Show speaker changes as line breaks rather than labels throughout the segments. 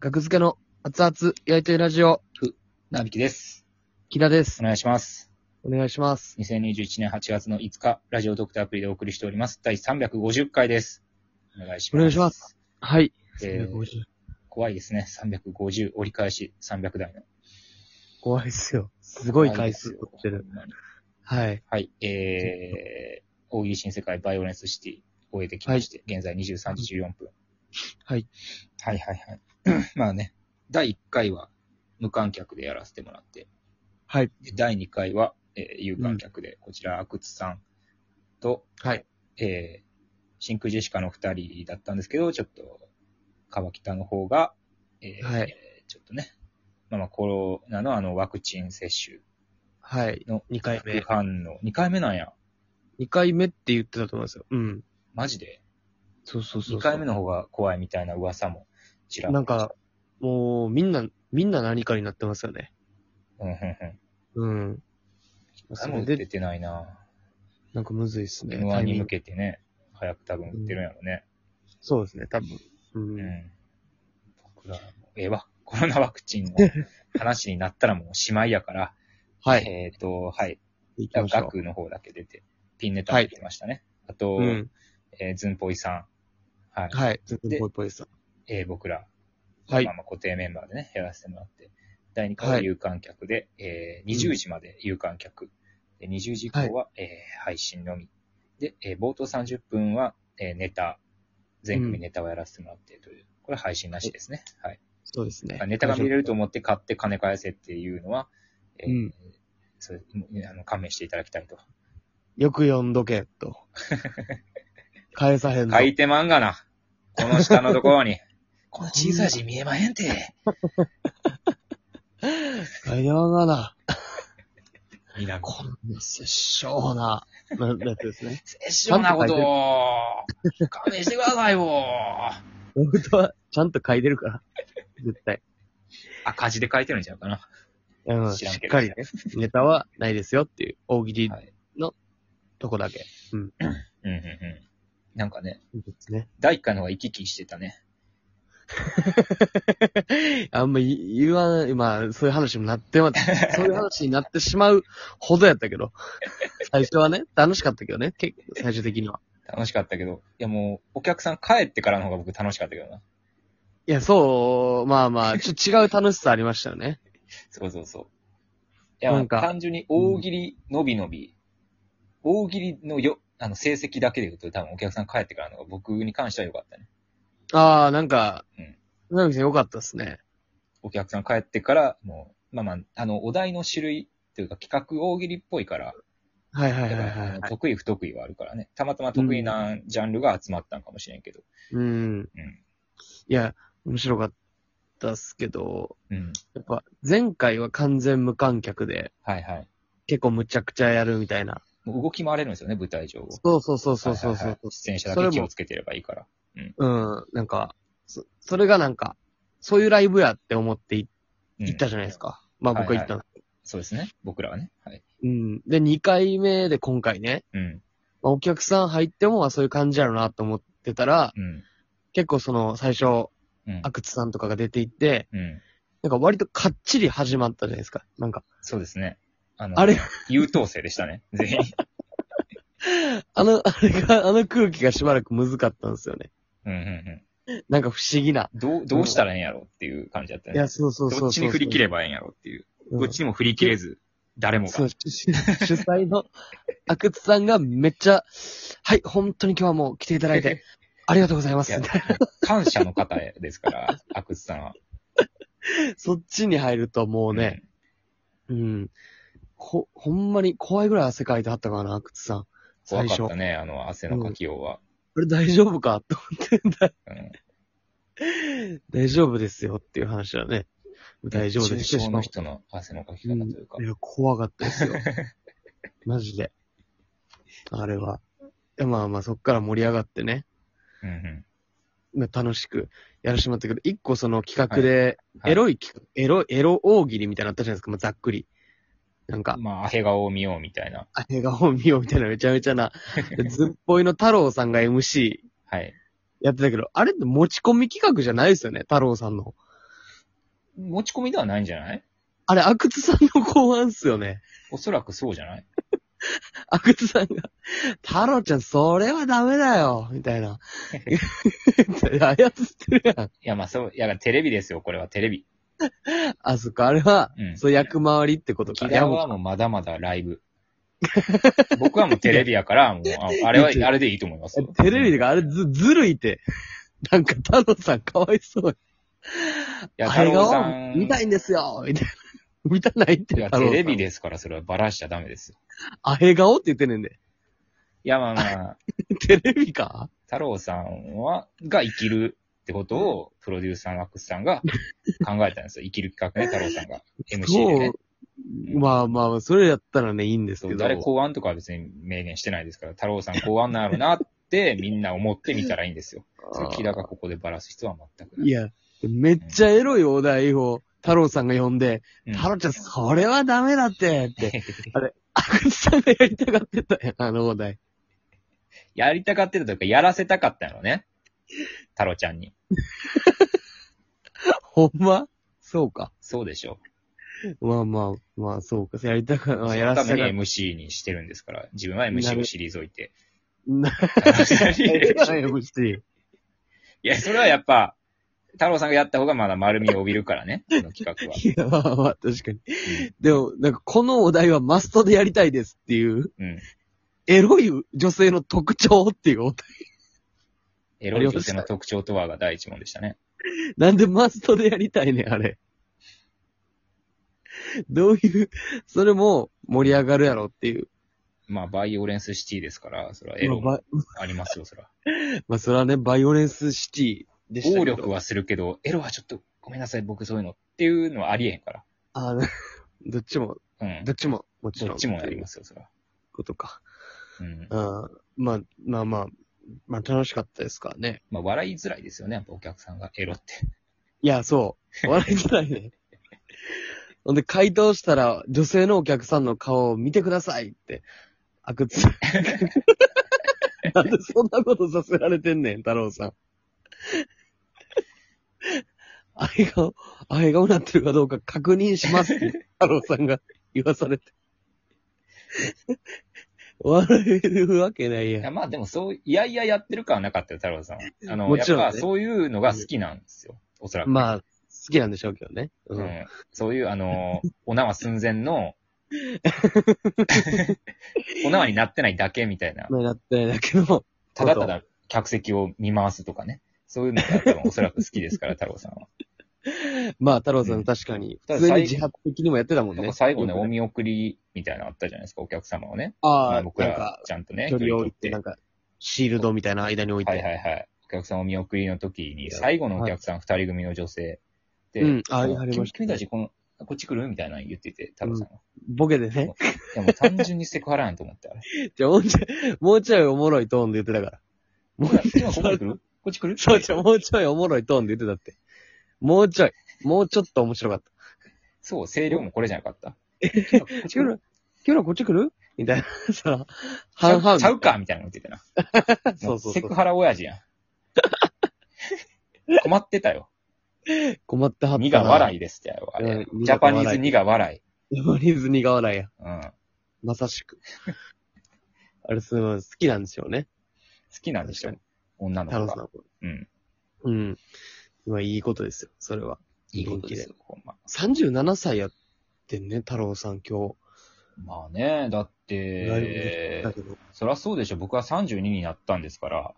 学付けの熱々焼いてるラジオ、
なびきです。
木田です
お。願いします。
お願いします。
2021年8月の5日、ラジオドクターアプリでお送りしております。第350回です。お願いし
お
ます。
願いします。はい。
えー
350
怖いですね。350、折り返し300台の。
怖いっすよ。すごい回数取ってる。
ほんまに
はい。
はい。えー、大喜利新世界バイオレンスシティ、終えてきまして、現在23時14分。
はい。
はいはいはい。 まあね、第1回は無観客でやらせてもらって、
はい。
で第2回は、えー有観客で、こちら、阿久津さんと、
はい。
えー、真空ジェシカの二人だったんですけど、ちょっと、川北の方が、えー
はい
ちょっとね、まあまあコロナのあのワクチン接種
はい。
の
2回
副
目。
反応、2回目なんや。
2回目って言ってたと思うんですよ。うん。
マジで
そうそうそうそう。
?2 回目の方が怖いみたいな噂もちらほら
なんか、もう、みんな、みんな何かになってますよね。
うんうんうん。
うん。
あ
そ
も
れ
う出
で、
てないな。
なんかむずいっすね。
M1
タイ
に
ミン
向
グ。
けてね、早く多分売ってるんやろね。
そうですね、多分。う。
うんん。僕ら、ええわ、コロナワクチンの話になったらもうおしまいやから、
はい。
えっと、はい。
行きましょ
学の方だけ出て、ピンネタも出てましたね。あと、
う。うん。
えーズンポイさん。はい。
はい。全然ぽいぽいです。
えー僕ら、
はい
まあ。まあ固定メンバーでね、やらせてもらって。第2回は有観客で、えー20時まで有観客。で20時以降は、えー配信のみ。で、えー冒頭30分は、えーネタ、全組ネタをやらせてもらってという。これは配信なしですね。はい。
そうですね。
ネタが見れると思って買って金返せっていうのは、えー
うん
それあの勘弁していただきたいと。
よく読んどけ、 と。返さへんの
書。いてまんがな。この下のところに。 この小さい字見えまへんて。
返らんがな。
ミラ
こんな殺生な、なやつですね。
殺生なことを、勘弁してくださいよ。
本当は、ちゃんと書いてるから。絶対。
赤字で書いてるんちゃうかな。
うん、
知
し
らん
っ
けど
かりね。ネタはないですよっていう、大喜利
はい。
とこだけ。うん。
うんうんうん。なんかね、
いいですね。
第一回の方が行き来してたね。
あんま言わない、まあ、そういう話もなってま、そういう話になってしまうほどやったけど。最初はね、楽しかったけどね、結構、最終的には。
楽しかったけど、いやもう、お客さん帰ってからの方が僕楽しかったけどな。
いや、そう、まあまあ、ちょっと違う楽しさありましたよね。
そうそうそう。いや、
なんか
単純に大喜利のびのび、大喜利のよ、あの、成績だけで言うと多分お客さん帰ってからの方が僕に関しては良かったね。
ああ、なんか
うん、
なみさんよかったですね。
お客さん帰ってから、もう、まあまあ、あの、お題の種類というか企画大喜利っぽいから、
はいはい
だか
はい
ら
は
あ
い
の。得意不得意はあるからね。たまたま得意なジャンルが集まったんかもしれんけど。
うん。いや、面白かったっすけど、
うん。うん。
やっぱ前回は完全無観客で、
はいはい。
結構むちゃくちゃやるみたいな。
もう動き回れるんですよね、舞台上を。
そうそうそうそうそう
はいは
そ、
いうはい出演者
そ
だ
れ
け
も
気をつけてればいいから。
うん、なんか、そ、それがなんか、そういうライブやって思ってい
うん
行ったじゃないですか。まあ僕は行ったの、
そうですね。僕らはね。はい。
うん。で、2回目で今回ね、
うん。
まあ、お客さん入ってもまあそういう感じやろうなと思ってたら、
うん。
結構その最初、
うん
阿。久津さんとかが出ていって、
うん。
なんか割とかっちり始まったじゃないですか。なんか、
そうですね。あの、
あれ、
優等生でしたね。 全員。
あの、あれが、あの空気がしばらくむずかったんですよね。
うんうんうん。
なんか不思議な。
どう、どうしたらええんやろっていう感じだった
い
ね
や、。そうそうそうそう。
どっちに振り切
れ、
ればええんやろっていう。
うん
どっちにも振り切れず、誰も
そ
が
う、。主主催の阿久津さんがめっちゃ、はい、本当に今日はもう来ていただい て、ありがとうございま
い
す。
や
みたいな
感謝の方ですから、 阿久津さんは。
そっちに入るともうね、うん。ほ、ほんまに怖いぐらい汗かいてはったからな、阿久津さん。
怖
最初。
かっ
あ
たね、あの、汗のかきようは。
れ大丈夫かと思って
うん。
大丈夫ですよっていう話だね。大丈夫です
熱中症の
よ。
人の汗のかき
う
方
ん、い
というか。
や、怖かった ですよ。マジで。あれは。いやまあまあ、そっから盛り上がってね、
うんう
まあ楽しくやらしてもらったけど、一個その企画で、
ん。はい
エロい企画、エロ、エロ大喜利みたいなのあったじゃないですか、まあ、ざっくり。なんか、
まあ、アヘ顔を見ようみたいな。
あれが本見ようみたいなめちゃめちゃな、でずっぽいの太郎さんが MC
はい。
やってたけど、あれって持ち込み企画じゃないですよね、太郎さんの。
持ち込みではないんじゃない
あれ、阿久津さんの考案っすよね。
おそらくそうじゃない
阿久津さんが、太郎ちゃん、それはダメだよみたいな。 操ってるやん。
いや、まあそう、いや、テレビですよ、これはテレビ。
あ、そっか、あれは、
うん。
そう、役回りってことか。
木
い
田
や
はもうまだまだラ イブ。僕はもうテレビやから、もう、ああれは、あれでいいと思いますよ
もうテレビで、あれず、ずるいって。なんか、太郎さんかわいそう。
いや、
あ
太
れ
郎
が
さん、
見たいんですよみたいな。見たないって。
いや、
太郎
テ
さん
レビ。ですから、それはバラしちゃダメですよ。
あへ顔って言ってんねんで。
いや、まあまあ、
テレビか
太郎さんは、が生きるってことを、プロデューサーのアックスさんが考えたんですよ。生きる企画ね、太郎さんが。MC でね。
そう。まあまあ、それやったらね、いいんです
そ
け
う
ど。
誰考案とかは別に明言してないですから、太郎さん考案なるな って、みんな思ってみたらいいんですよ。それ木田がここでバラす必要は全くない。
いや、めっちゃエロいお題を、太郎さんが呼んで、
うん、
太郎ちゃん、それはダメだって、って、 阿久津さんがやりたがってたやん、あのお題。
やりたかってたというか、やらせたかったのね。太郎ちゃんに。
ほんまそうか。
そうでしょ
まあまあ、まあそうか。やりたか、ま
う。
あ、
そ
や
の
ら
た
せ
め
た
に
かっ
MC にしてるんですから、自分は
な
MC を
る
退いて。
な
い
るほど。
や、それはやっぱ、太郎さんがやった方がまだ丸みを帯びるからね、この企画は。
いや、まあまあ、確かに。でも、なんか、このお題はマストでやりたいですっていう、
うん。うん
エロい女性の特徴っていうお題。
エロい女性の特徴とはが第一問でしたね。
なんでマストでやりたいねん、あれ。どういう、それも盛り上がるやろっていう。
まあ、バイオレンスシティですから、それはエロ
ま
も
あ、ば
ありますよ、それは。
まあ、それはね、バイオレンスシティでしたけど。
暴力はするけど、エロはちょっと、ごめんなさい、僕そういうのっていうのはありえへんから。
あの、 どっちも、
うん。
ど
ど
っちも、もちろん。
っちもやり
とい
ま
う
すよ、それは。
ことか。
うん。
うん。まあ、まあまあ、まあ楽しかったですからね。
まあ、笑いづらいですよね、やっぱお客さんがエロって。
いや、そう。笑いづらいね。ほんで、回答したら、女性のお客さんの顔を見てくださいって、あくつ。なんでそんなことさせられてんねん、太郎さん。あれが、あれがなってるかどうか確認しますって、太郎さんが言わされて。笑えるわけない
い
や
や、
ん。
まあでもそう、いやいややってる感はなかったよ、太郎さんは。あの、
も
やっ
ちろんね
ぱそういうのが好きなんですよ、おそらく。
まあ、好きなんでしょうけどね。う
うんん。そういう、あの、お縄寸前の、 お縄になってないだけみたいな、
まあ、なってないだけど、
ただただ客席を見回すとかね。そういうのが多分おそらく好きですから、太郎さんは。
まあ、太郎さん確かに、
うん
普通に自発的にもやってたもん
なん
ね
か。最後ね、
よく
お見送りみたいなのあったじゃないですか、お客様をね。ま
あ
あ
あ、
僕
なん
ら
か、
ちゃんとね、
距離を置い
取
て、なんか、シールドみたいな間に置いて。
はいはいはい。お客さんお見送りの時に、最後のお客さん二人組の女性で、
うんあ
の
ありました
君君たちこの、こっち来るみたいなの言ってて、太郎さんが。
ボケでね。
いやもう単純にセクハラやんと思って、あれ。
じゃあ、もうちょい、もうちょいおもろいトーンで言ってたから。もうちょ
今ここに来るこっち来る
い、そうじゃあもうちょいおもろいトーンで言ってたって。もうちょい、もうちょっと面白かった。
そう、声量もこれじゃなかった。こっち
今日ら、今日らこっち来るみたいな、 その、
ちゃ
半
う
々。
ちゃうかみたいなの言ってたな。
そうそう
セ
そう
ク。ハラ親父やん。 困ってたよ。
困ってはったな。
苦 笑いですってあれ。
うん
ジャパニーズ苦笑
い。ジャパニーズ苦笑いや。
い。うん。好
まさしく。あれ、すごい好きなんでしょうね。
きなんでしょ
確
女の
太
子
郎さん
が。
は。
うん。
うん。まあ、いいことですよ、それは。
いいことですよ、ほんま。
37歳やってんね、太郎さん今日。
まあね、だっ
ライブで
て
だ、けど。
そらそうでしょ。僕は32になったんですから、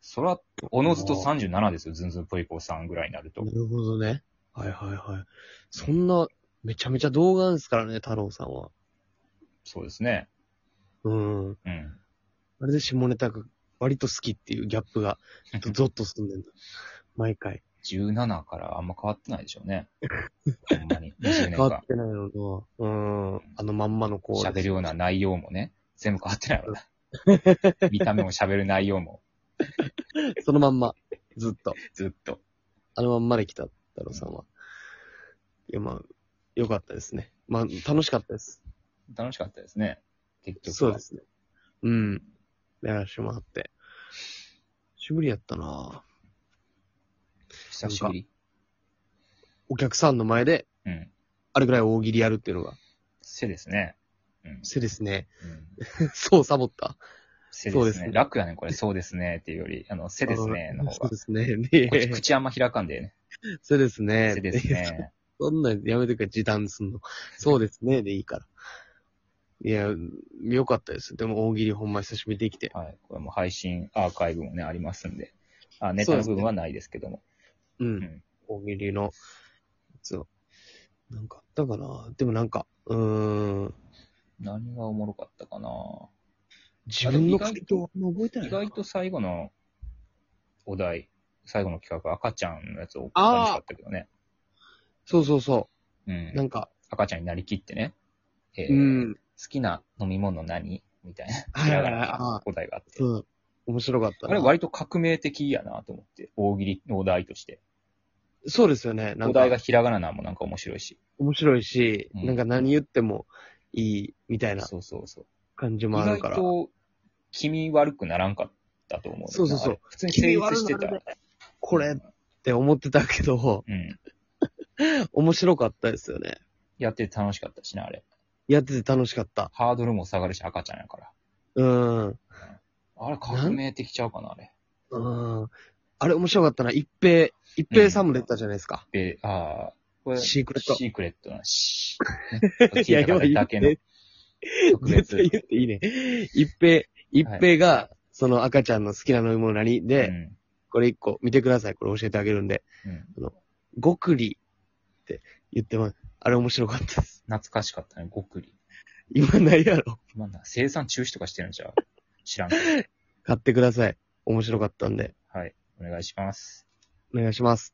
そら、おのずと37ですよ。ズンズンポリコさんぐらいになると
な。るほどね。はいはいはい。そんな、めちゃめちゃ動画ですからね、太郎さんは。
そうですね。
うん。
うん。
あれで下ネタが割と好きっていうギャップ が、ちょっとゾッとすんねんな。毎回。
17からあんま変わってないでしょう ね。ほんまに。20
変
年
わっ
間。
てないのと、うん。あのまんまのこう。
喋るような内容もね、全部変わってないわ な。見た目も喋る内容も、
そのまんま。ずっと。
ずっと。
あのまんまで来た、太郎さんは。いや、まあ、よかったですね。まあ、楽しかったです。
楽しかったですね。結局は。
そうですね。うん。やらしてもらって。久しぶりやったなぁ
久しぶり。
お客さんの前で、
うん。
あれぐらい大喜利やるっていうのが。
せですね。うん。
せです ね。
うん
そう、サボった。
せ
そう
で
ですす
ね。
ね
楽やね、これ。そうですね。っていうより、あの、せですね。の
そ
方
う
が
で。すね。
口
ね
口あんま開かんでね。
せですね。
せです。ね。
そんなんやめてくれ、時短すんの。そうですね、でいいから。いや、よかったです。でも大喜利ほんま久しぶりにできて。
はい。これも配信アーカイブもね、ありますんで。あ、ネタの部分はないですけども。
うん。
ん
大喜利の、やつをなんかあったかなでもなんか、うーん。
何がおもろかったかな
自分の
あでも意外と
回答あんま覚えてない
意
な。
外と最後のお題、最後の企画、赤ちゃんのやつを
あー
楽しかったけどね。。
そうそうそうう。なんんか、
赤ちゃんになりきってね。えー
うん。
好きな飲み物何みたいな。
はいはいはい
だから
あー
お題があって。
うん。面白かった
あれ
な。
割と革命的やなと思って。大喜利のお題として。
そうですよね。な
お
ん
題
か
が、ひらがななんもなんか面白いし。
面白いし、
うん
なんか何言ってもいいみたいな
そうそうそう。
感じ
意
もあ
外
るから。
と、気味悪くならんかったと思う。
そうそうそう
あれ普通に成立して
気味悪
た
な。これって思ってたけど、
うん。
面白かったですよね。
やってて楽しかったしな、あれ。
やってて楽しかった。
ハードルも下がるし、赤ちゃんやから。
うん。
あれ、革命的ちゃうかな、あれ。
うん。あれ面白かったな。一平、一平さんも出てたじゃないですか。
で、ああ、これ、
シークレット
シークレットなし。ね聞 いた方だけ の
いや
特
絶
別。
対言っていいね。一平、一平が、その赤ちゃんの好きな飲み物何
う
で、
ん。
これ一個見てください。これ教えてあげるんで。
うん
極利って言ってます。あれ面白かったです。
懐かしかったね、ごくり。
今ないやろ。
今な、生産中止とかしてるんじゃう知らんけ
買ってください。面白かったんで。
ど。はい。お願いします。
お願いします。